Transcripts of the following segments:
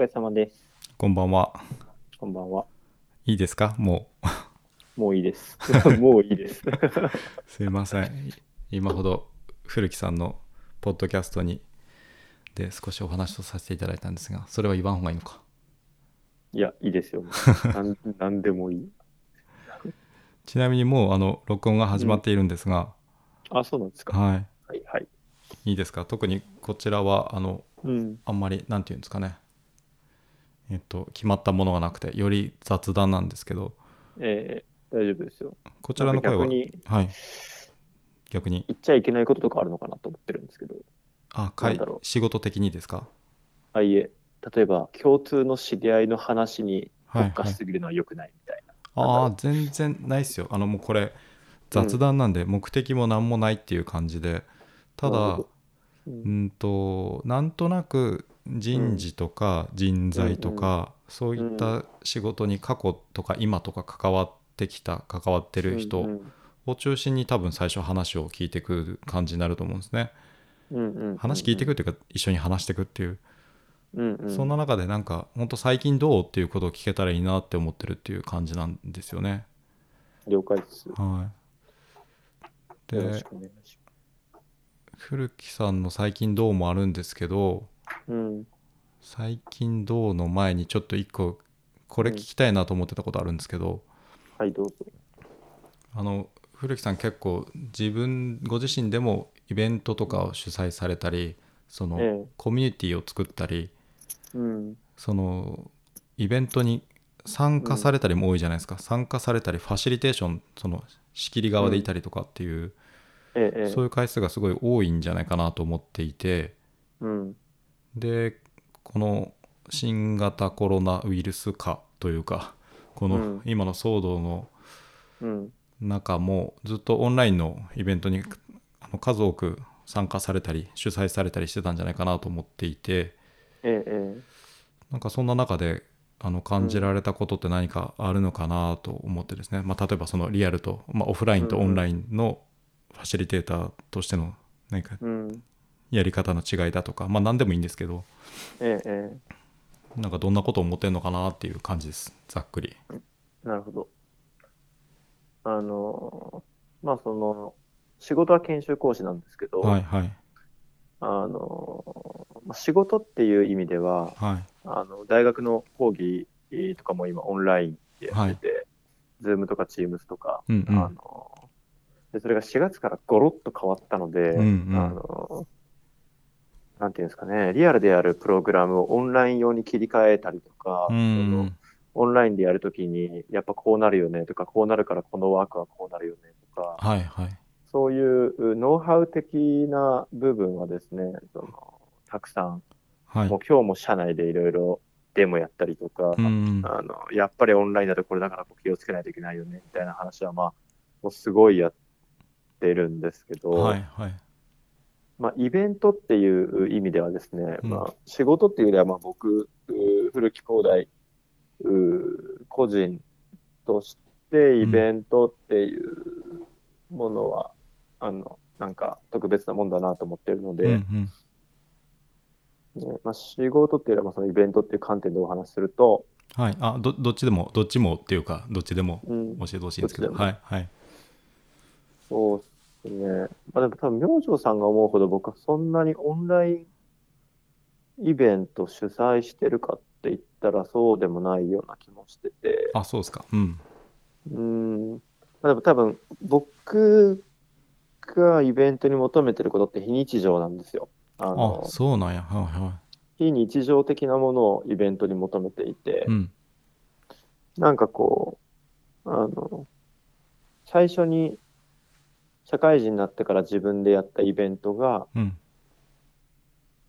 れ様です。こんばんは。こんばんは。いいですかもう。もういい です。もういいです。すいません。今ほど古木さんのポッドキャストにで少しお話をさせていただいたんですが、それは言わん方がいいのか。いや、いいですよ。 なんなんでもいい。ちなみにもうあの録音が始まっているんですが、あ、そうなんですか。ははいはい。い。いいですか特にこちらはあのうん。あんまりなんていうんですかね。えっと決まったものがなくてより雑談なんですけど、えー大丈夫ですよ。ここちらの声は逆にはい。逆に言っちゃいけないこととかあるのかなと思ってるんですけど。あかないんだろう仕事的にですか。あいえ、例えば共通の知り合いの話にはい特は化いし。すぎるのは良くないみたいな。ああ全然ないっすよあのもうこれ雑談なんで目的も何もないっていう感じでたなるだほどううんんとなんとなく人事とか人材とかそういった仕事に過去とか今とか関わってきた関わってるう人んを中心に多分最初話を聞いてく感じになると思うんですねうんうんうん話聞いてくっていうか一緒に話してくっていううんうんそんな中でなんかほんと最近どうっていうことを聞けたらいいなって思ってるっていう感じなんですよね了解です。はいよろでしくお願いしま古木さんの「最近どう?」もあるんですけどす。うん。 「最近どう?」の前にちょっと一個これ聞きたいなと思ってたことあるんですけど、はい、どうぞ。あの古木さん結構自分ご自身でもイベントとかを主催されたりその、ええコミュニティを作ったりうん。そのイベントに参加されたりも多いじゃないですか、参加されたりファシリテーションその仕切り側でいたりとかっていう、ええええそういう回数がすごい多いんじゃないかなと思っていて。うん。でこの新型コロナウイルス化というかこうのん今の騒動のうん。中もずっとオンラインのイベントにあの数多く参加されたり主催されたりしてたんじゃないかなと思っていてええええなんかそんな中であの感じられたことって何かあるのかなと思ってですね、まあ、例えばそのリアルと、まあ、オフラインとオンラインのファシリテーターとしての何かうん。やり方の違いだとか、まあ、何でもいいんですけどええええなんかどんなことを思ってんのかなっていう感じですざっくりなるほど。あの、まあその、仕事は研修講師なんですけど、はいはいあの、まあ仕事っていう意味では、はあの、大学の講義とかも今オンラインでやってて、ズームとかチームズとか、い。うんあうん。の、でそれが4月からゴロッと変わったので、うんうんあの、なんていうんですかね、リアルでやるプログラムをオンライン用に切り替えたりとか、うそんのオンラインでやるときに、やっぱこうなるよねとか、こうなるからこのワークはこうなるよねとか、はいはい。そういううノウハウ的な部分はですね、そのたくさん、はいもう。今日も社内でいろいろデモやったりとか、うん。あの、やっぱりオンラインだとこれだから気をつけないといけないよねみたいな話は、まあ、もうすごいやってるんですけど、はいはい。まあ、イベントっていう意味ではですね、うんまあ、仕事っていうよりは、まあ、僕、う古木光大、う個人としてイベントっていうものは、あの、なんか特別なもんだなと思ってるので、うんうん。ねまあ、仕事っていうよりは、まあ、そのイベントっていう観点でお話しすると、はい。あ、どどっちでも、どっちもっていうか、どっちでもうん教えてほしいんですけど。どっちでもはいはい。そうですね。まあ、でも多分、明星さんが思うほど僕はそんなにオンラインイベント主催してるかって言ったらそうでもないような気もしてて。あ、そうですか。うん。うーん。まあ、でも多分、僕がイベントに求めてることって非日常なんですよ。ああの、そうなんや。はいは非日常的なものをイベントに求めていてい。う、ん。なんかこう、あの、最初に社会人になってから自分でやったイベントが、うん。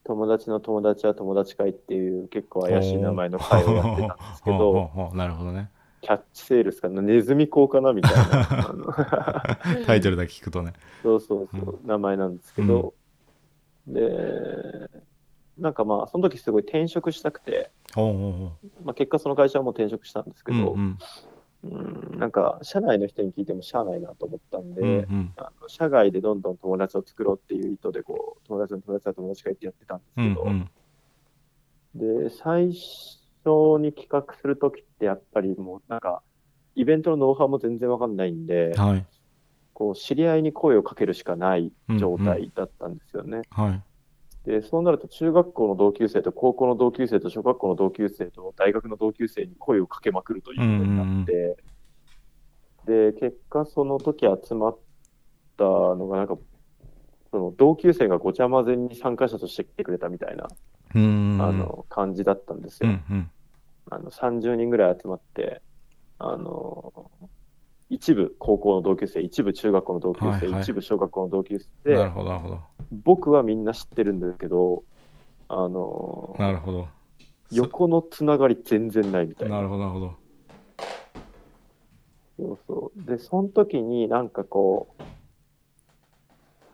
友達の友達は友達会っていう結構怪しい名前の会をやってたんですけ ほうほうど、ほうなるほどね。キャッチセールスかな、ネズミ講かなみたい な、あのタイトルだけ聞くとね。そうそうそう、名前なんですけど、で、なんかまあ、その時すごい転職したくて、ほうほうほう。まあ、結果その会社はもう転職したんですけうんど、ううんん。なんか社内の人に聞いてもしゃあないなと思ったんで、うんうん。あの社外でどんどん友達を作ろうっていう意図でこう、友達の友達は友達会ってやってたんですうけんど、うん。で、最初に企画するときって、やっぱりもうなんか、イベントのノウハウも全然わかんないんで、はいこう、知り合いに声をかけるしかない状態だったんですよね。はいで、そうなると中学校の同級生と高校の同級生と小学校の同級生と大学の同級生に声をかけまくるということになって、で、結果その時集まったのがなんか、その同級生がごちゃ混ぜに参加者として来てくれたみたいな、うーんあの感じだったんですうよ。んうんあの30人ぐらい集まって、あの一部高校の同級生、一部中学校の同級生、はいはい一部小学校の同級生なで、るほどなるほど僕はみんな知ってるんだけど、あのなるほど横のつながり全然ないみたいなな。るほどなるほどそうそうで、その時になんかこう、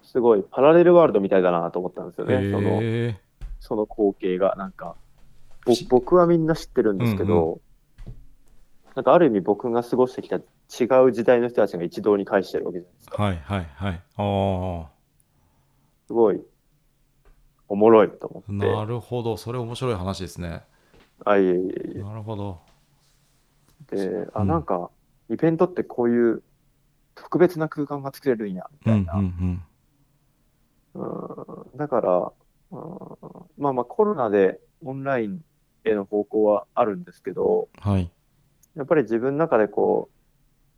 すごいパラレルワールドみたいだなと思ったんですよね、そのへえその光景が。なんかぼし僕はみんな知ってるんですけど、なんかある意味僕が過ごしてきた違う時代の人たちが一堂に会してるわけじゃないですか。はいはいはいあすごいおもろいと思あって。なるほどそれ面白い話ですねあ、いえいえいえなるほどで、うあ、んなんか、イベントってこういう特別な空間が作れるんや、みうんたういんな。うんうんだから、うんまあまあコロナでオンラインへの方向はあるんですけど、はいやっぱり自分の中でこ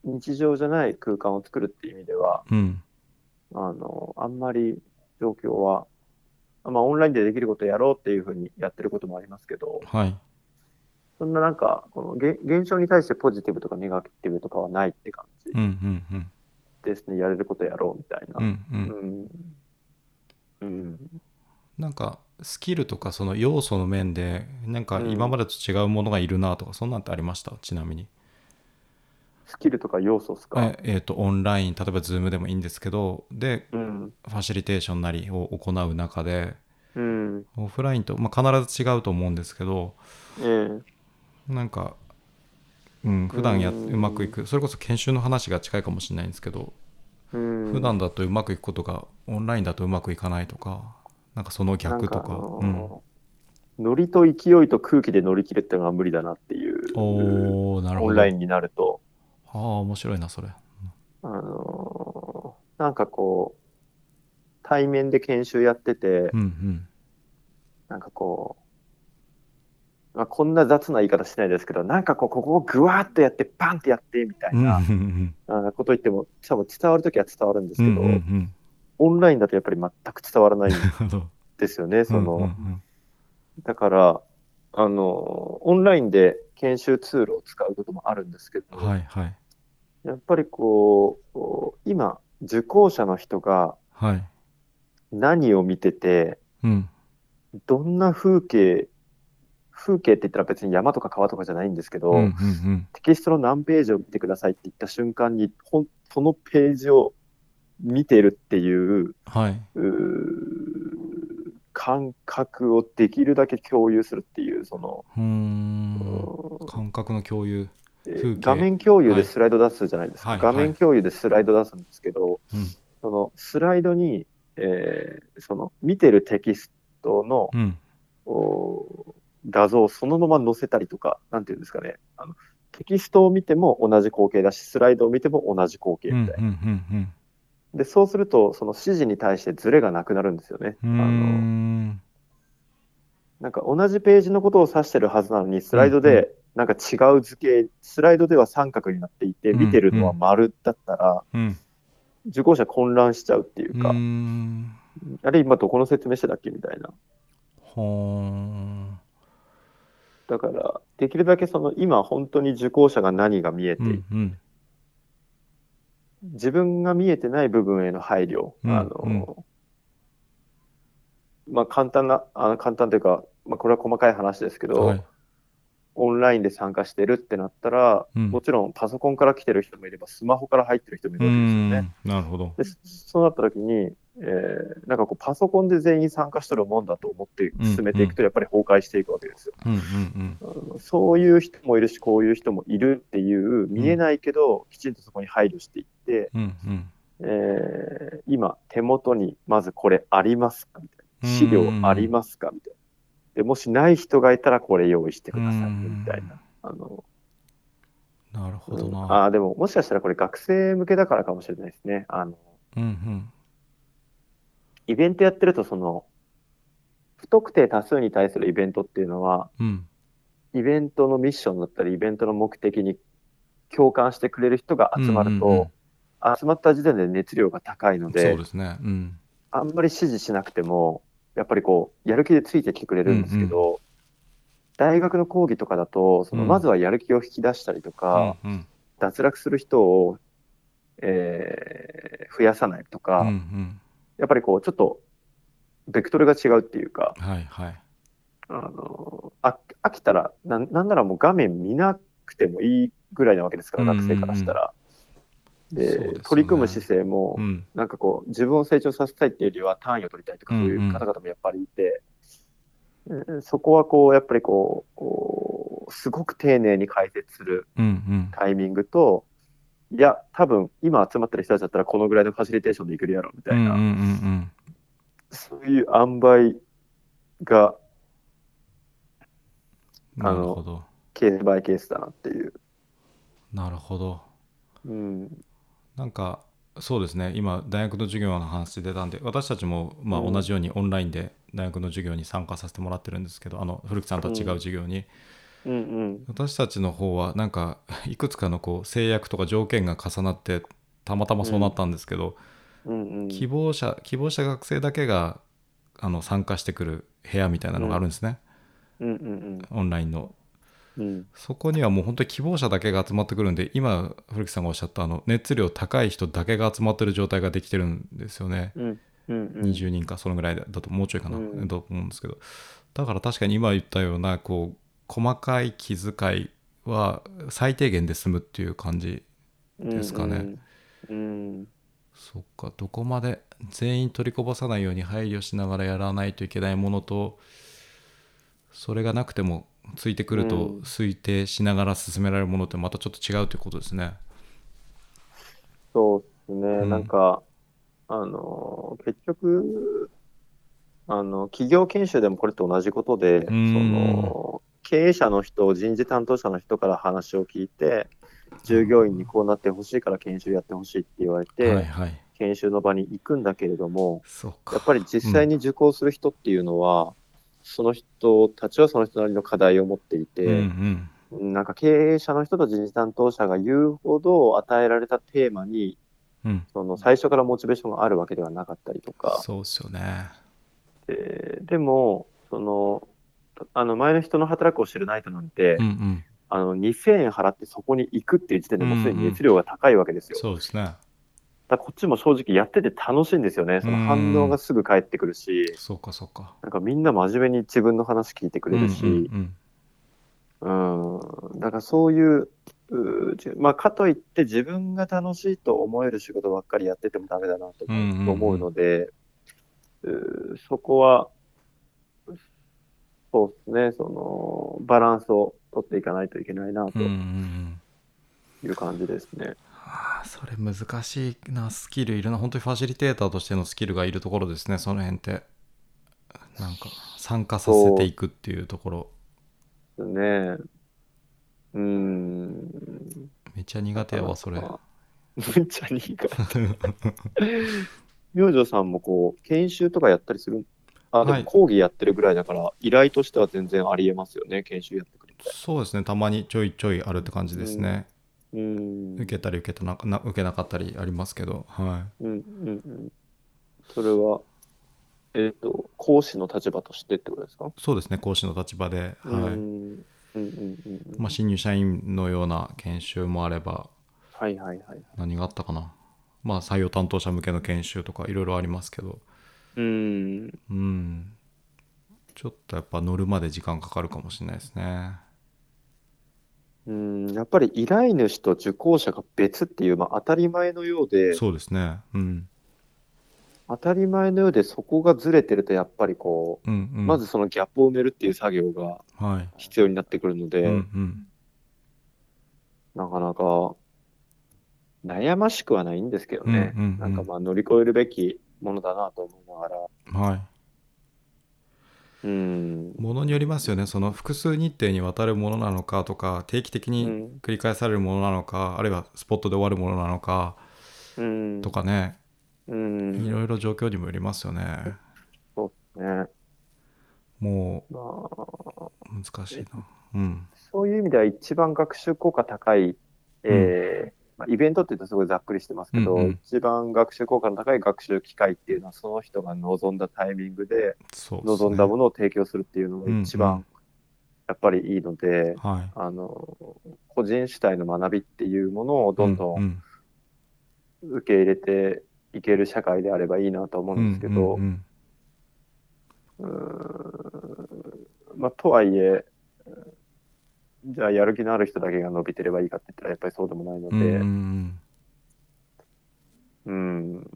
う、日常じゃない空間を作るっていう意味では、うんあの、あんまり状況は、まあオンラインでできることをやろうっていうふうにやってることもありますけど、はいそんななんか、このげ現象に対してポジティブとかネガティブとかはないって感じうんうんうんですね。やれることやろうみたいな。うんうんうん。うん。なんかスキルとかその要素の面でなんか今までと違うものがいるなとかそんなんってありましたちなみにスキルとか要素っすかええーとオンライン例えば Zoom でもいいんですけどでうん。ファシリテーションなりを行う中でうん。オフラインと、まあ、必ず違うと思うんですけどええ。なんか、うん、普段やううんまくいくそれこそ研修の話が近いかもしれないんですけどうん。普段だとうまくいくことがオンラインだとうまくいかないとかなんかその逆とかなんあのうん、ノリと勢いと空気で乗り切るってのは無理だなっていう。おーなるほどオンラインになると、ああ面白いなそれあのーなんかこう、対面で研修やっててう、んうんなんかこう、まあ、こんな雑な言い方しないですけど、なんかこう、ここをぐわーっとやって、パンってやって、みたいうんうんな、うんあーこと言っても、多分伝わるときは伝わるんですうんけど、うんうんオンラインだとやっぱり全く伝わらないんなる ほどですよね、その、うんうんだから、あの、オンラインで研修ツールを使うこともあるんですけど、うんはいはいやっぱりこう、こう今、受講者の人がはい何を見てて、うんどんな風景、風景って言ったら別に山とか川とかじゃないんですけど、うんうんうんテキストの何ページを見てくださいって言った瞬間に、ほんそのページを見てるっていうはいうー感覚をできるだけ共有するっていう、その、うーんうーん感覚の共有え風景ー画面共有はでいスライド出すじゃないですか。はい画面共有でスライド出すんですけど、うんそのスライドに、えーその見てるテキストの、うんお画像をそのまま載せたりとか、なんていうんですかね、あのテキストを見ても同じ光景だし、スライドを見ても同じ光景うんうんみたいな。うんで、そうすると、その指示に対してズレがなくなるんですよね。あうんのうなんか同じページのことを指してるはずなのに、スライドうんうでなんか違う図形、スライドでは三角になっていて、うんうん見てるのは丸だったら、ーんうん受講者混乱しちゃうっていううーか、んあれ今どこの説明してたっけみたいな。ほーんだから、できるだけその今本当に受講者が何が見えてういてんうん自分が見えてない部分への配慮、うんあの、まあ簡単な、あの簡単というか、まあこれは細かい話ですけど、はいオンラインで参加してるってなったら、うんもちろんパソコンから来てる人もいれば、スマホから入ってる人もいうるーわけですよんね。なるほどで、そうなった時に、えーなんかこうパソコンで全員参加してるもんだと思って進めていくと、やっぱり崩壊していくわけですよ。うんうんあのそういう人もいるし、こういう人もいるっていう、見えないけど、きちんとそこに配慮していって、うんうんうんえー今、手元にまずこれありますかみたいな資料ありますかみたいで、もしない人がいたらこれ用意してくうださい、んみたいな。あの、なるほどうんな。あーでも、もしかしたらこれ学生向けだからかもしれないですね。あの、うんうん。イベントやってると、その、不特定多数に対するイベントっていうのは、うん。イベントのミッションだったり、イベントの目的に共感してくれる人が集まると、うんうんうん集まった時点で熱量が高いのそでうですね。うん。あんまり指示しなくても、やっぱりこう、やる気でついてきてくれるんですけど、大学の講義とかだと、そのうんまずはやる気を引き出したりとか、うんうん脱落する人を、えー増やさないとか、うんうん。やっぱりこう、ちょっと、ベクトルが違うっていうか、はいはい。あのあ飽きたらなん、なんならもう画面見なくてもいいぐらいなわけですから、うんうんうん学生からしたら。そでうですよね取り組む姿勢も、うん。なんかこう、自分を成長させたいっていうよりは、単位を取りたいとか、うそんううんいう方々もやっぱりいて、うんそこはこう、やっぱりこうこう、すごく丁寧に解説するうんうん。タイミングと、いや、多分今集まってる人たちだったら、このぐらいのファシリテーションでいけるやろみたういんうんな、うんそういう塩梅がうん。あなのるほど。ケースバイケースだなっていう。なるほど。うんなんかそうですね今大学の授業の話出たんで私たちもまあうん同じようにオンラインで大学の授業に参加させてもらってるんですけどあの古木さんとは違う授業に、うんうん私たちの方はなんかいくつかのこう制約とか条件が重なってたまたまそうなったんですけど、うんうん希望者希望者学生だけがあの参加してくる部屋みたいなのがあるんですね、うんうんオンラインの。うんうんそこにはもう本当に希望者だけが集まってくるんで今古木さんがおっしゃったあの熱量高い人だけが集まってる状態ができてるんですよね。うんうんうん20人かそのぐらいだともうちょいかな、うんだと思うんですけどだから確かに今言ったようなこう細かい気遣いは最低限で済むっていう感じですかねうんうんそっかどこまで全員取りこぼさないように配慮しながらやらないといけないものとそれがなくてもついてくるとうん推定しながら進められるものってまたちょっと違うということですね。そうですね、うんなんかあの結局あの企業研修でもこれと同じことで、んその経営者の人人事担当者の人から話を聞いて従業員にこうなってほしいから研修やってほしいって言われて、はいはい、研修の場に行くんだけれども、そうやかっぱり実際に受講する人っていうのは、その人たちはその人なりの課題を持っていて、んなんか経営者の人と人事担当者が言うほど与えられたテーマに、うんうん、その最初からモチベーションがあるわけではなかったりとか、そうですよね。ででも、その、あの前の人の働くを知るナイトなんて、うんうん、あの2000円払ってそこに行くっていう時点でもうすでうんうにん熱量が高いわけですよ。そうですね。だからこっちも正直やってて楽しいんですよね。その反応がすぐ返ってくるし、そうかそうか。なんかみんな真面目に自分の話聞いてくれるし、うんうんうんうんだからそういう、うーじまあ、かといって自分が楽しいと思える仕事ばっかりやっててもダメだなとうんうんうん思うので、うーそこは、そうですね、その、バランスを取っていかないといけないなとうんうんうんいう感じですね。ああそれ難しいなスキルいるな本当にファシリテーターとしてのスキルがいるところですねその辺ってなんか参加させていくっていうところねうん。めっちゃ苦手やわそれ あ めっちゃいいか。明星さんもこう、研修とかやったりするあ、ではもい講義やってるぐらいだから、依頼としては全然ありえますよね、研修やってくれて。そうですねたまにちょいちょいあるって感じですね、うーん。受けたり受けたなな受けなかったりありますけどはうんうんうん。それは、えっ、と、講師の立場としてってことですかはいそうですね講師の立場で、うーんはいうんうんうんまあ、新入社員のような研修もあればはいはいはい。何があったかなまあ採用担当者向けの研修とかいろいろありますけどうーん。うんちょっとやっぱ乗るまで時間かかるかもしれないですねうーんやっぱり依頼主と受講者が別っていう、まあ、当たり前のようで、そうですね、うん、当たり前のようでそこがずれてると、やっぱりこうんうう、んまずそのギャップを埋めるっていう作業がはい、必要になってくるので、うんうんなかなか悩ましくはないんですけどね、うんうんうんなんかまあ乗り越えるべきものだなと思いながら、はいうん。ものによりますよねその複数日程にわたるものなのかとか定期的うにん。繰り返されるものなのか、あるいはスポットで終わるものなのかうん。とかね、うん。いろいろ状況にもよりますよねね。まもあ、う難しいなうんそういう意味では一番学習効果高い、えーまあ、イベントって言うとすごいざっくりしてますけど、うんうん一番学習効果の高い学習機会っていうのは、その人が望んだタイミングで、そうですね望んだものを提供するっていうのが一うんうん番やっぱりいいので、はいあの個人主体の学びっていうものをどんどうんん受け入れていける社会であればいいなと思ううんんですけどうんう、うんーんまあ、とはいえ、じゃあやる気のある人だけが伸びてればいいかって言ったらやっぱりそうでもないのうんうんで、うん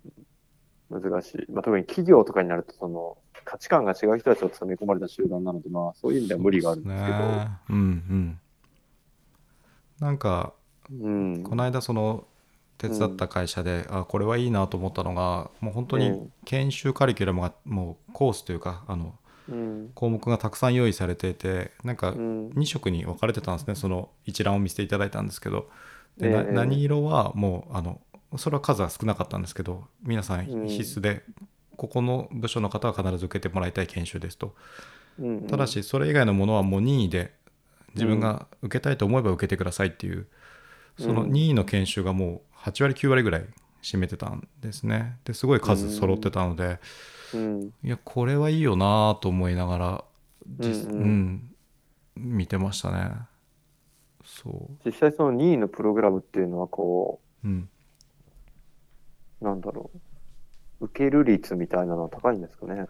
うん、難しい。まあ、特に企業とかになると、その価値観が違う人たちを詰め込まれた集団なので、まあ、そういう意味では無理があるんですけど、そうねうんうんなんかうん、この間その手伝った会社で、あこれはいいなと思ったのがもう本当うにん研修カリキュラムがもうコースというかあのうん項目がたくさん用意されていてなんかうん2色に分かれてたんですねその一覧を見せていただいたんですけどで、なええ何色はもうあのそれは数は少なかったんですけど皆さんうん必須で、ここの部署の方は必ず受けてもらいたい研修ですとうんただしそれ以外のものはもう任意で自分が受けたいと思えば受けてくださいっていうそのうん任意の研修がもう8割9割ぐらい占めてたんですねですごい数揃ってたのでうんいやこれはいいよなぁと思いながら実ううんん見てましたねそ実際その2位のプログラムっていうのはこううんうなんだろう受ける率みたいなのは高いんですかね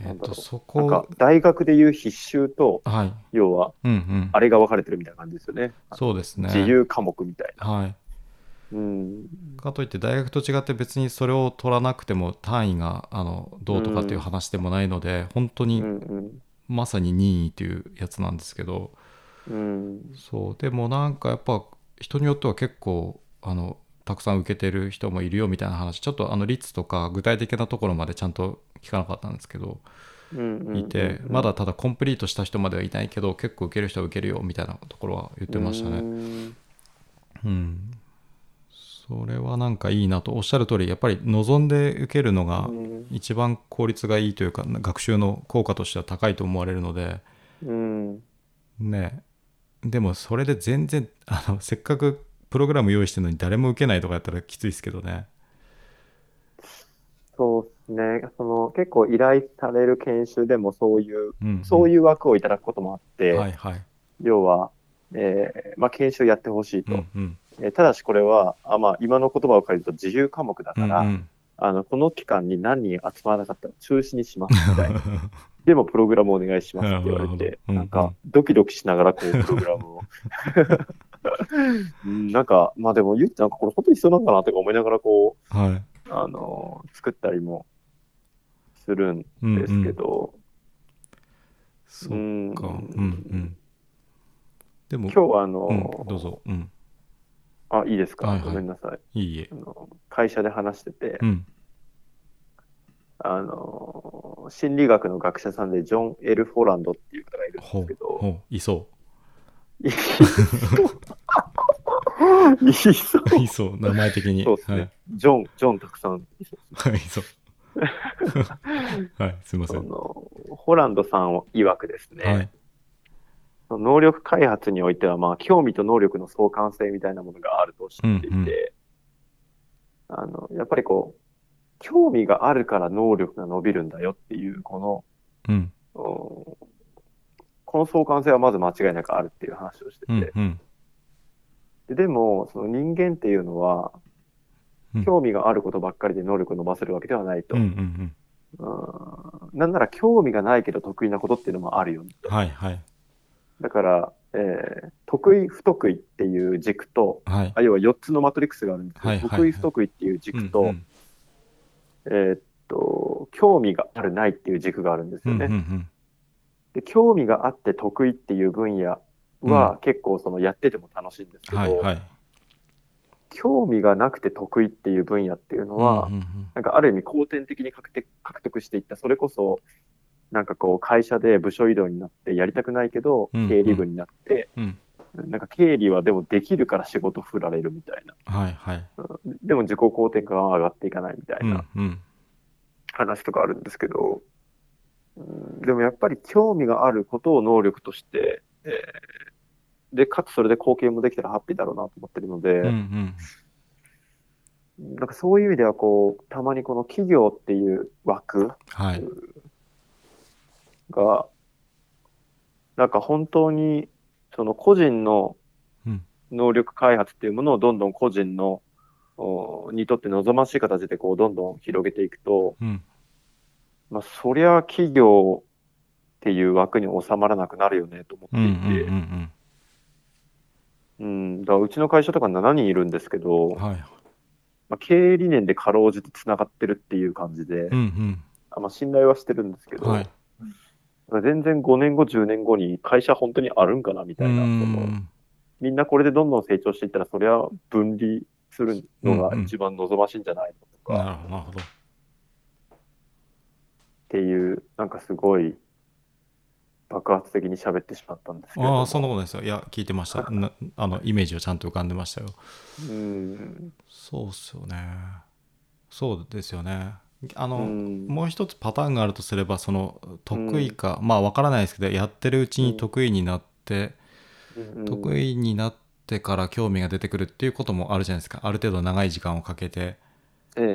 えっなんだろとうそなんかこ大学でいう必修とはい要はうんうんあれが分かれてるみたいな感じですよねそうですね自由科目みたいはいなうんかといって大学と違って別にそれを取らなくても単位があのどうとかっていう話でもないので本当うにんまさに任意というやつなんですけどうんうんそうでもなんかやっぱ人によっては結構あのたくさん受けてる人もいるよみたいな話ちょっとあの率とか具体的なところまでちゃんと聞かなかったんですけどうんうんいてまだただコンプリートした人まではいないけど結構受ける人は受けるよみたいなところは言ってましたね。ねうんそれはなんかいいなとおっしゃる通りやっぱり望んで受けるのうがん一番効率がいいというか学習の効果としては高いと思われるので。うんねえでもそれで全然あの せっかくプログラム用意してるのに誰も受けないとかやったらきついですけどねそうですねその結構依頼される研修でもそういううんそういいう枠をいただくこともあって、はいはい要は、えーまあ、研修やってほしいと、うんうんえーただしこれは、あまあ、今の言葉を借りると自由科目だから、う んうんあのこの期間に何人集まらなかったら中止にします みたいな。でもプログラムお願いしますって言われなるて、ほどなんうんうかんドキドキしながらこうプログラムを。 うんなんか、まあでも、ゆってなんかこれ本当に必要なのかなとか思いながらこはう、あのー作ったりもするんですいけうんうん、ど、そうっかんうんうんでも今日はあのーうん、どうぞうんあ、いいですか、はいはいごめんなさい。いいえあの会社で話してて、うんあの心理学の学者さんでジョン・エル・フォランドっていう方がいるんでほすうけど、ほういそい そう。いそう いそう名前的にそうですね、はいジョン、ジョンたくさん。はいいそう はいすいませそん、のホランドさん曰くですね、はいその能力開発においては、まあ、興味と能力の相関性みたいなものがあると知っていうんうんて、あのやっぱりこう、興味があるから能力が伸びるんだよっていう、このうんおこの相関性はまず間違いなくあるっていう話をしてて、うんうんででもその人間っていうのはうん興味があることばっかりで能力を伸ばせるわけではないと、うんうんうんなんなら興味がないけど得意なことっていうのもあるよねうんはいはいだから、えー得意不得意っていう軸とはいあ要は4つのマトリックスがあるんですけど、はいはいはい得意不得意っていう軸と,、うんうんえーっと興味があるないっていう軸があるんですよね、うんうんで興味があって得意っていう分野は結構そのやってても楽しいんですけうん、ど、はいはい。興味がなくて得意っていう分野っていうのは、うんうんうんなんかある意味後天的に獲得獲得していったそれこそなんかこう、会社で部署移動になってやりたくないけど、うん経理部になって、うんなんか経理はでもできるから仕事振られるみたいな。はいはい。でも自己肯定感は上がっていかないみたういなんうん。話とかあるんですけど、うんでもやっぱり興味があることを能力として、えーで、かつそれで貢献もできたらハッピーだろうなと思ってるので、うんうん。なんかそういう意味ではこう、たまにこの企業っていう枠はい。が、なんか本当に、その個人のうん能力開発っていうものをどんどん個人の、おにとって望ましい形でこう、どんどん広げていくと、うん。まあ、そりゃ企業っていう枠に収まらなくなるよねと思うっんうんてういて、うんんだからうちの会社とか7人いるんですけど、うん。はい。まあ、経営理念でかろうじてつながってるっていう感じでう、んあまあ、信頼はしてるんですけうん。ど、はい。全然5年後、10年後に会社本当にあるんかなみうたいな、そのん。みんなこれでどんどん成長していったら、それは分離するのが一番望ましいんじゃないのとなかるほど。なるほど。っていう、なんかすごい爆発的に喋ってしまったんですけれども。ああ、そんなことないですよ。いや、聞いてました。なあの、イメージはちゃんと浮かんでましたよ。うんそうっすよね。そうですよね。あうの、んもう一つパターンがあるとすれば、その、得意か、まあ、わからないですけど、やってるうちに得意になって、得意意になってから興味が出てくるっていうこともあるじゃないですか。ある程度長い時間をかけて。えええ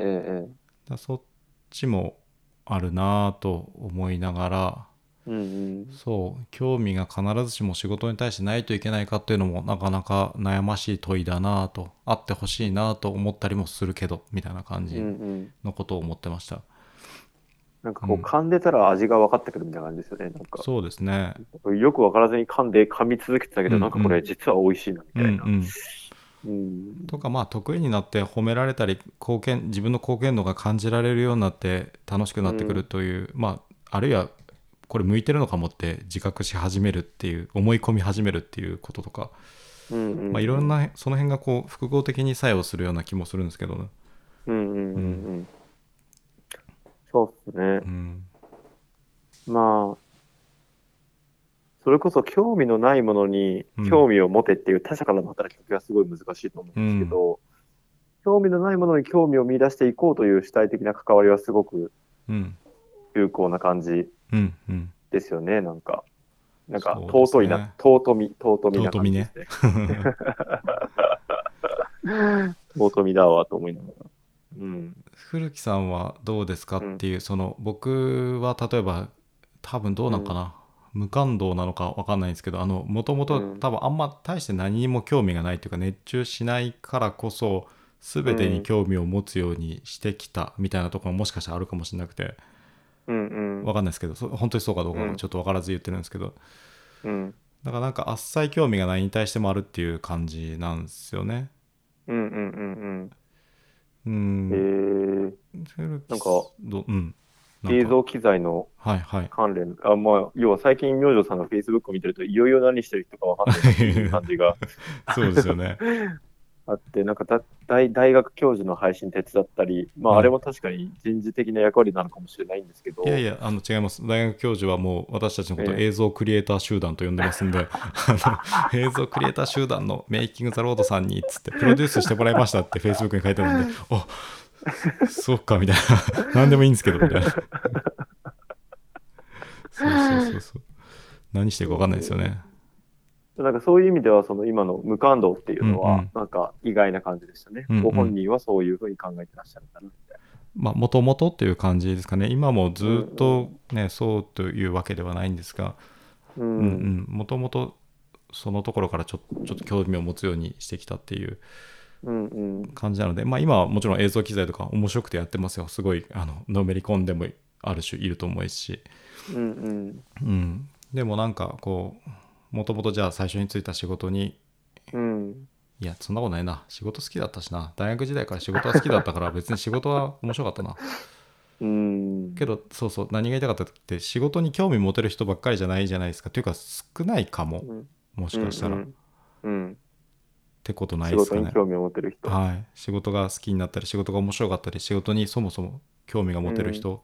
えだそっちもあるなぁと思いながらええうんそう興味が必ずしも仕事に対してないといけないかっていうのもなかなか悩ましい問いだなぁとあってほしいなぁと思ったりもするけどみたいな感うんじうんうんのことを思ってました、なんかこううん噛んでたら味が分かってくるみたいな感じですよね。なんかそうですねよく分からずに噛んで噛み続けてたけど、うんなうんんかこれ実は美味しいなみたうんういな。んうんとかまあ得意になって褒められたり貢献自分の貢献度が感じられるようになって楽しくなってくるという、まああるいはこれ向いてるのかもって自覚し始めるっていう思い込み始めるっていうこととかうんうんまあ、いろん。なその辺がこう複合的に作用するような気もするんですけどね。うんうんうんうん。そうですねう。ん、まあ、それこそ興味のないものにうん興味を持てっていう他者からの働きかけがすごい難しいと思うんですけど、興味のないものに興味を見出していこうという主体的な関わりはすごくうん、有効な感じうん、うん。ですよね、なんか。なんかそうですね尊いな、尊み、尊みな感じですね。 尊みだわと思いながら。うん。古木さんはどうですかっていう、その僕は例えば多分どうなんかな、無感動なのかわかんないんですけどあのもともとうん多分あんま大して何にも興味がないというか熱中しないからこそ全てに興味を持つようにしてきたみたいなところももしかしたらあるかもしれなくてうんうん。わかんないですけどそ本当にそうかどうかはちょっとわからず言ってるんですけど、うんだからなんかあっさり興味がないに対してもあるっていう感じなんですよね。うんうんうんうう。んん。えなんなんかどうん。なんかー、映像機材のはいはい。関連、あまあ、要は最近、明星さんが Facebook を見てると、いよいよ何してる人か分かんないっていう感じ がそうですよね。あって、なんかだ大大学教授の配信手伝ったり、まはあ、いあれも確かに人事的な役割なのかもしれないんですけど、いやいや、あの違います。大学教授はもう私たちのことをええ映像クリエイター集団と呼んでます んで、あの映像クリエイター集団のメイキング・ザ・ロードさんにっつってプロデュースしてもらいましたって Facebook に書いてあるんで、あそっかみたいな、 何でもいいんですけどみたいな。そうそうそうそう。何していいか分かんないですよね。なんかそういう意味では、その今の無感動っていうのうんうはん、なんか意外な感じでしたね。うんうんご本人はそういうふうに考えてらっしゃるんだなみたいまあ、もともとっていう感じですかね。今もずっとね、そうというわけではないんですが、な。ううんんうん、もともとそのところからちょちょっと興味を持つようにしてきたっていううんうん感じなので、まあ今はもちろん映像機材とか面白くてやってますよ。すごい、あの、のめり込んでもある種いると思うし。うんうんうん。でもなんかこう、もともとじゃあ最初に就いた仕事に、うんいや、そんなことないな。仕事好きだったしな。大学時代から仕事は好きだったから別に仕事は面白かったな。うんけどそうそう何が言いたかったって仕事に興味持てる人ばっかりじゃないじゃないですかというか少ないかもうんもしかしたら、うっんうんてことない仕です事かにね興味を持ってる人。はい仕事が好きになったり仕事が面白かったり仕事にそもそも興味が持てる人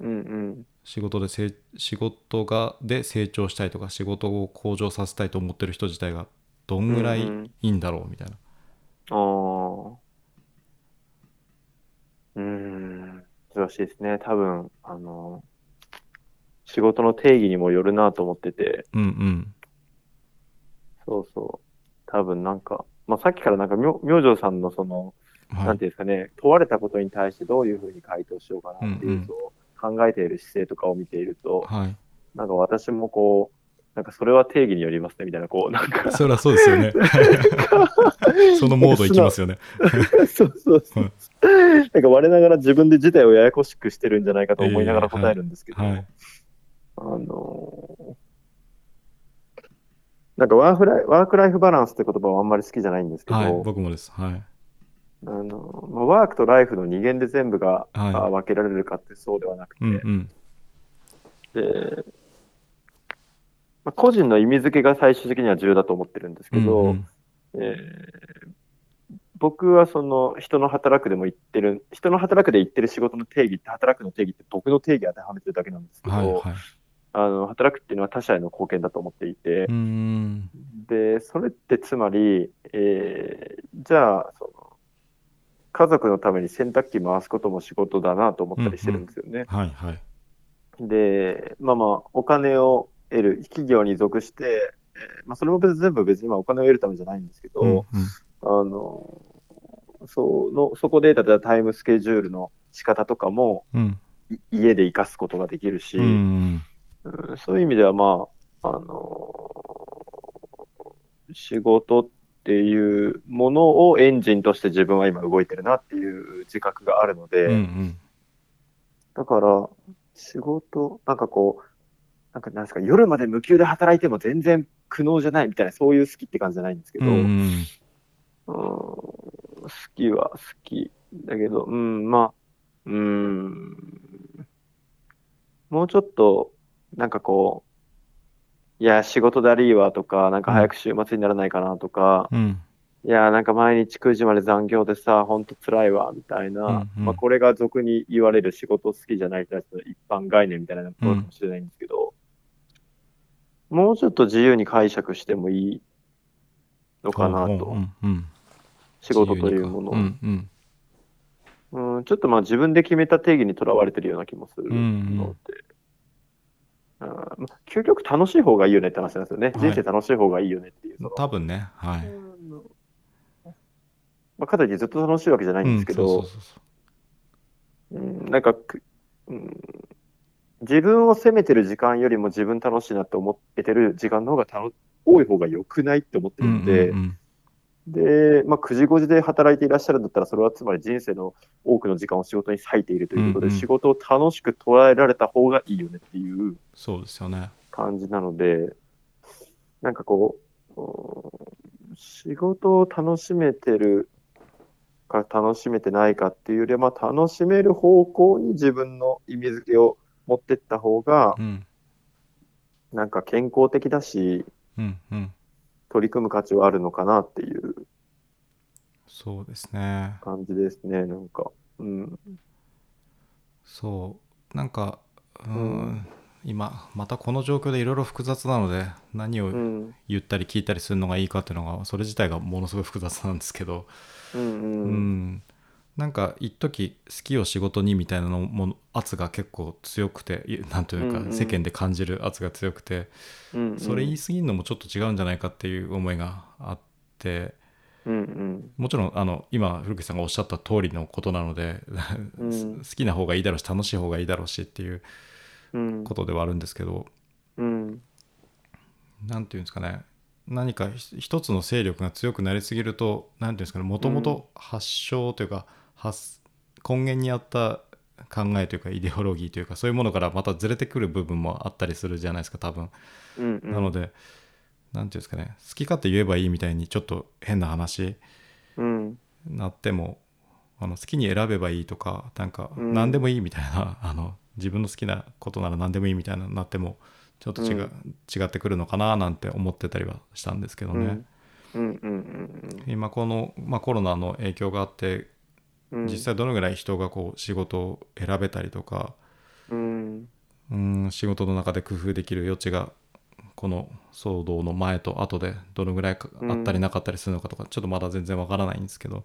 うんうん。仕事でせい仕事がで成長したいとか仕事を向上させたいと思ってる人自体がどんぐらいうんいうんいんだろうみたいな、ああ。うーん。難しいですね。多分、あの、仕事の定義にもよるなと思ってて、うん、うんそうそう。多分なんか、まあ、さっきからなんか、明明星さんのその、はなんいていうんですかね、問われたことに対してどういうふうに回答しようかなっていう、うんうんそう考えている姿勢とかを見ていると、はいなんか私もこう、なんかそれは定義によりますね、みたいな、こう、なんか、そりゃそうです よねそのモードいきますよねそうそうそう。なんか我ながら自分で自体をややこしくしてるんじゃないかと思いながら答えるんですけど、はいあのーなんかワーフライワークライフバランスって言葉はあんまり好きじゃないんですけど、はい僕もですはいあのまあ、ワークとライフの二元で全部が、はいあ分けられるかってそうではなくて、うんうんでまあ、個人の意味付けが最終的には重要だと思ってるんですけど、うんうんえー僕はその人の働くでも言ってる、人の働くで言ってる仕事の定義って、働くの定義って僕の定義当てはめてるだけなんですけど、はいはいあの働くっていうのは他者への貢献だと思っていてうー、んで、それってつまり、えーじゃあその、家族のために洗濯機回すことも仕事だなと思ったりしてるんですよね。はいはいで、まあまあ、お金を得る、企業に属して、えーまあ、それも別に全部別に今お金を得るためじゃないんですけど、うんうんあの、その、そこで得たタイムスケジュールの仕方とかも、うんい家で活かすことができるし、うんうんうんそういう意味では、まあ、あの仕事っていうものをエンジンとして自分は今動いてるなっていう自覚があるので、うんうんだから、仕事、なんかこう、なんかなんですか、夜まで無給で働いても全然苦悩じゃないみたいな、そういう好きって感じじゃないんですけうど、んうんうーん好きは好きだけど、うん、まあ、うーん、もうちょっと、なんかこう、いや、仕事だりーわとか、なんか早く週末にならないかなとか、うんいや、なんか毎日9時まで残業でさ、ほんと辛いわ、みたいな、うんうんまあ、これが俗に言われる仕事好きじゃない人たちの一般概念みたいなところかもしれないんですけど、もうちょっと自由に解釈してもいいのかなと。うんうん仕事というものをう、んうんうんちょっとまあ自分で決めた定義にとらわれてるような気もするうんうんので、あーまあ究極楽しい方がいいよねって話なんですよね、はい人生楽しい方がいいよねっていうその多分ねはいまあ、かといってずっと楽しいわけじゃないんですけうん、そどうそうそうそうんなんかく、うん、自分を責めてる時間よりも自分楽しいなって思ってる時間の方が楽多い方が良くないって思ってううるんんで、うんうんで、まあ、9時5時で働いていらっしゃるんだったら、それはつまり人生の多くの時間を仕事に割いているということで、うんうん仕事を楽しく捉えられた方がいいよねっていうそうですよね感じなので、なんかこう、うん仕事を楽しめてるか楽しめてないかっていうよりは、まあ、楽しめる方向に自分の意味付けを持ってった方が、うんなんか健康的だし、うんうん取り組む価値はあるのかなっていうそうですね感じですね、なんか。うん。そうなんかうーん、うん今またこの状況でいろいろ複雑なので何うをん言ったり聞いたりするのがいいかっていうのがそれ自体がものすごい複雑なんですけどうんううんん、なんか一時好きを仕事にみたいなのも圧が結構強くていなんというかうんうん世間で感じる圧が強くてうんうんそれ言い過ぎるのもちょっと違うんじゃないかっていう思いがあってうんもちろんあの今古木さんがおっしゃった通りのことなので、うんす好きな方がいいだろうし楽しい方がいいだろうしっていううんことではあるんですけどうん何ていうんですかね何かひ一つの勢力が強くなりすぎると何ていうんですかねもともと発祥というか、発根源にあった考えというかイデオロギーというかそういうものからまたずれてくる部分もあったりするじゃないですか多分。うんうんなので何ていうんですかね好き勝手言えばいいみたいにちょっと変な話うんなってもあの好きに選べばいいとかなんかうん何でもいいみたいな、 あの自分の好きなことなら何でもいいみたいななってもちょっと違,、う違ってくるのかななんて思ってたりはしたんですけどうんね、うんうんうん今この、まあ、コロナの影響があってうん実際どのぐらい人がこう仕事を選べたりとか、うんうん仕事の中で工夫できる余地がこの騒動の前と後でどのぐらいかうんあったりなかったりするのかとか、ちょっとまだ全然わからないんですけど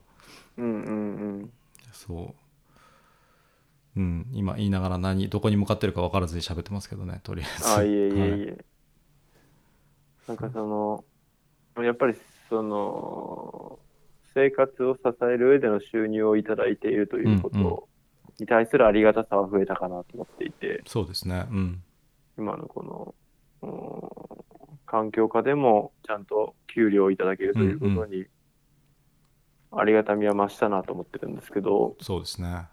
うんうんそう、うん、今言いながら何どこに向かってるか分からずに喋ってますけどねとりあえずあいえいえはいいえ。なんかその、やっぱりその、生活を支える上での収入をいただいているというこうんうんとに対するありがたさは増えたかなと思っていて、そうですねうん今のこの、うん環境下でもちゃんと給料をいただけるということに、ありがたみは増したなと思ってるんですけど、そうですね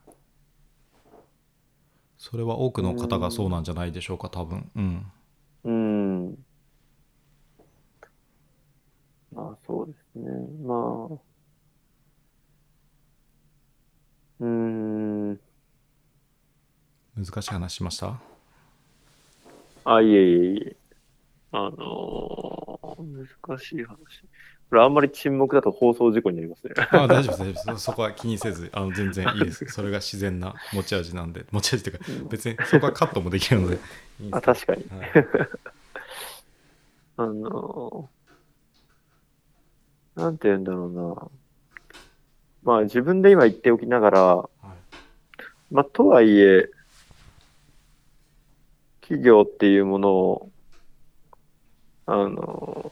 それは多くの方がそうなんじゃないでしょうか多分うんうん。まあそうですね。まあ。うーん。難しい話しました あ、いえいえいえ。あのー難しい話。これあんまり沈黙だと放送事故になりますね。あ大丈夫です大丈夫ですそそこは気にせずあの全然いい ですそれが自然な持ち味なんで持ち味というか別にそこはカットもできるのでいいんであ、すけ確かに。どはいあのーなんて言うんだろうな。まあ自分で今言っておきながら、はいまあ、とはいえ、企業っていうものを、あの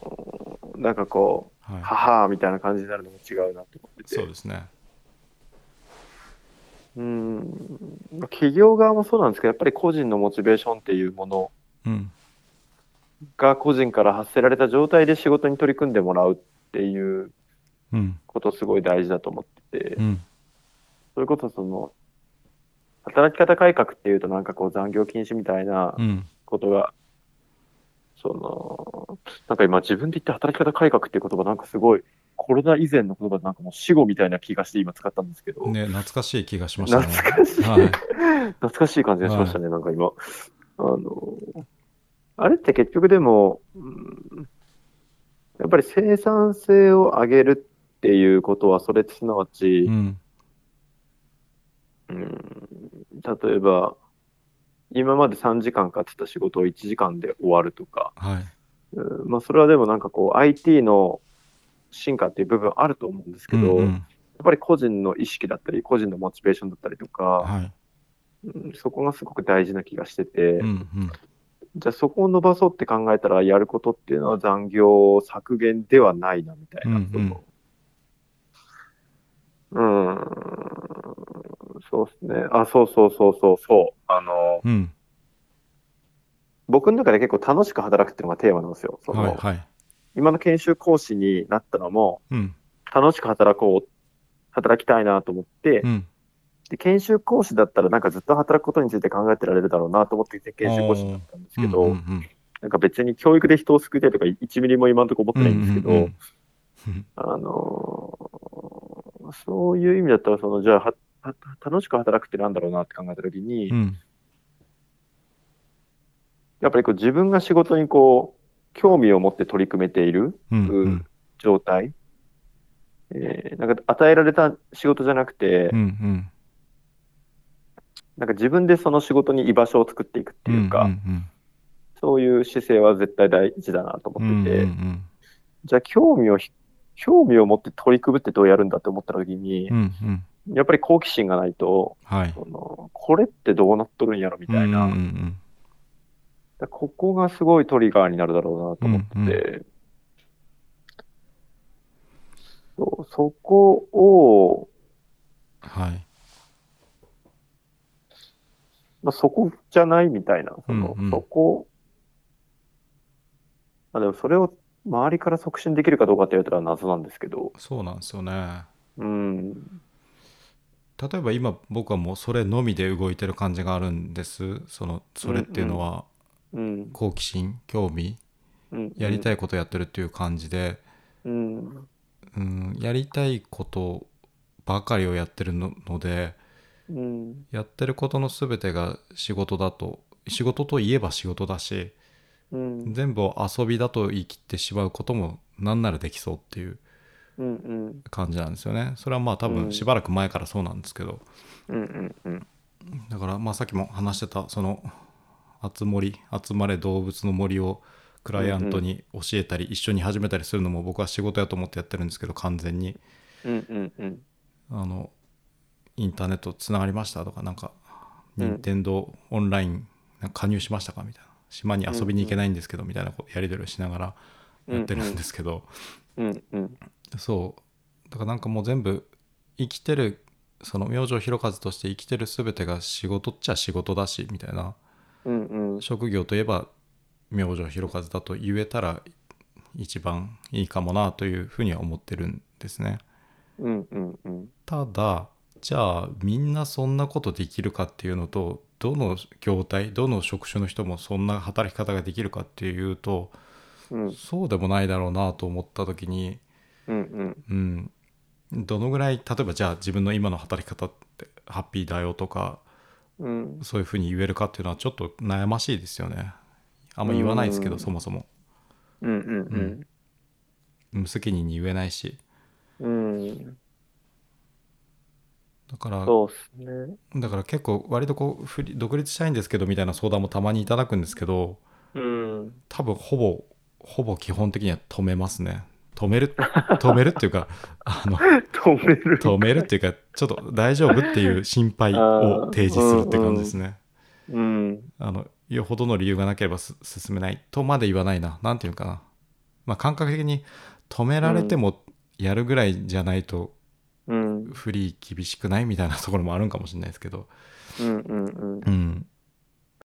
ーなんかこう、はいははーみたいな感じになるのも違うなと思ってて。そうですねうん。まあ企業側もそうなんですけど、やっぱり個人のモチベーションっていうものうんが個人から発せられた状態で仕事に取り組んでもらうっていううんことすごい大事だと思ってて、うんそれこそその、働き方改革っていうとなんかこう残業禁止みたいな、うんことが、その、なんか今自分で言って働き方改革っていう言葉なんかすごい、コロナ以前の言葉でなんかもう死後みたいな気がして今使ったんですけど、ね懐かしい気がしました懐ねかしい、は い懐かしい感じがしましたね、なんか今。あの、あれって結局でも、うんやっぱり生産性を上げるっていうことは、それってすなわち、うんうん例えば、今まで3時間かってた仕事を1時間で終わるとか、はいうんまあ、それはでもなんかこう IT の進化っていう部分あると思うんですけど、うんうやっんぱり個人の意識だったり個人のモチベーションだったりとか、はいうんそこがすごく大事な気がしてて、うんうんじゃあそこを伸ばそうって考えたらやることっていうのは残業削減ではないなみたいなこと。ううんんそうですね。あ、そうそうそうそうそう。あの、うん僕の中で結構楽しく働くっていうのがテーマなんですよ。そのはいはい今の研修講師になったのも、うん楽しく働こう、働きたいなと思って、うんで研修講師だったらなんかずっと働くことについて考えてられるだろうなと思って研修講師になったんですけど、うんうんなんか別に教育で人を救いたいとか1ミリも今のところ思うっんてないんですけど、うんうんうんあのーそういう意味だったらその、じゃあはは楽しく働くってなんだろうなって考えたときに、うんやっぱりこう自分が仕事にこう、興味を持って取り組めているうんうん状態、えーなんか与えられた仕事じゃなくて、うんなんか自分でその仕事に居場所を作っていくっていうか、うんそういう姿勢は絶対大事だなとう思っんてて、うんうんじゃあ興味をひ、興味を持って取り組むってどうやるんだって思った時にう、んうんやっぱり好奇心がないと、はいそのこれってどうなっとるんやろみたいな、うんうだからんここがすごいトリガーになるだろうなと思ってて、そうそこを、はいまあ、そこじゃないみたいな、その、うんうんそこ、まあ、でもそれを周りから促進できるかどうかって言われたら謎なんですけど、そうなんですよねうん、例えば今僕はもうそれのみで動いてる感じがあるんですそのそれっていうのはうん、好奇心興味うん、やりたい。いことやってるっていう感じでうん、うんやりたいことばかりをやってるののでうん、やってることの全てが仕事だと仕事といえば仕事だしうん、全部を遊びだと言い切ってしまうこともなんならできそうっていううん、うん、感じなんですよねそれはまあ多う分んしばらく前からそうなんですけど、うん、うん、うん、だからまあさっきも話してたその集まり集まれ動物の森をクライアントに教えたり、一緒に始めたりするのも僕は仕事やと思ってやってるんですけど完全にうんうんうん。あのインターネットつながりましたとかなんかうん任天堂オンラインなんか加入しましたかみたいな島に遊びに行けないんですけどみたいなこうやり取りをしながらやってるんですけど、うんうん。そうだからなんかもう全部生きてるその明星弘和として生きてる全てが仕事っちゃ仕事だしみたいなうんうん。職業といえば明星弘和だと言えたら一番いいかもなというふうには思ってるんですねうんうんうん。ただじゃあみんなそんなことできるかっていうのとどの業態どの職種の人もそんな働き方ができるかっていうとうんそうでもないだろうなと思った時にうんうん。うん、どのぐらい例えばじゃあ自分の今の働き方ってハッピーだよとかうんそういうふうに言えるかっていうのはちょっと悩ましいですよねあんま言わないですけうどんそもそもうんうん無責任に言えないしうん。うん。だからそうっすね。だから結構割とこうフリ独立したいんですけどみたいな相談もたまにいただくんですけどうん。多分ほぼほぼ基本的には止めますね止める 止めるっていうかあの止める。止めるっていうかちょっと大丈夫っていう心配を提示するって感じですねうん。あのよほどの理由がなければす進めないとまで言わないななんていうかな、まあ、感覚的に止められてもやるぐらいじゃないとうん。フリー厳しくないみたいなところもあるんかもしれないですけど、うんうんうん。うん、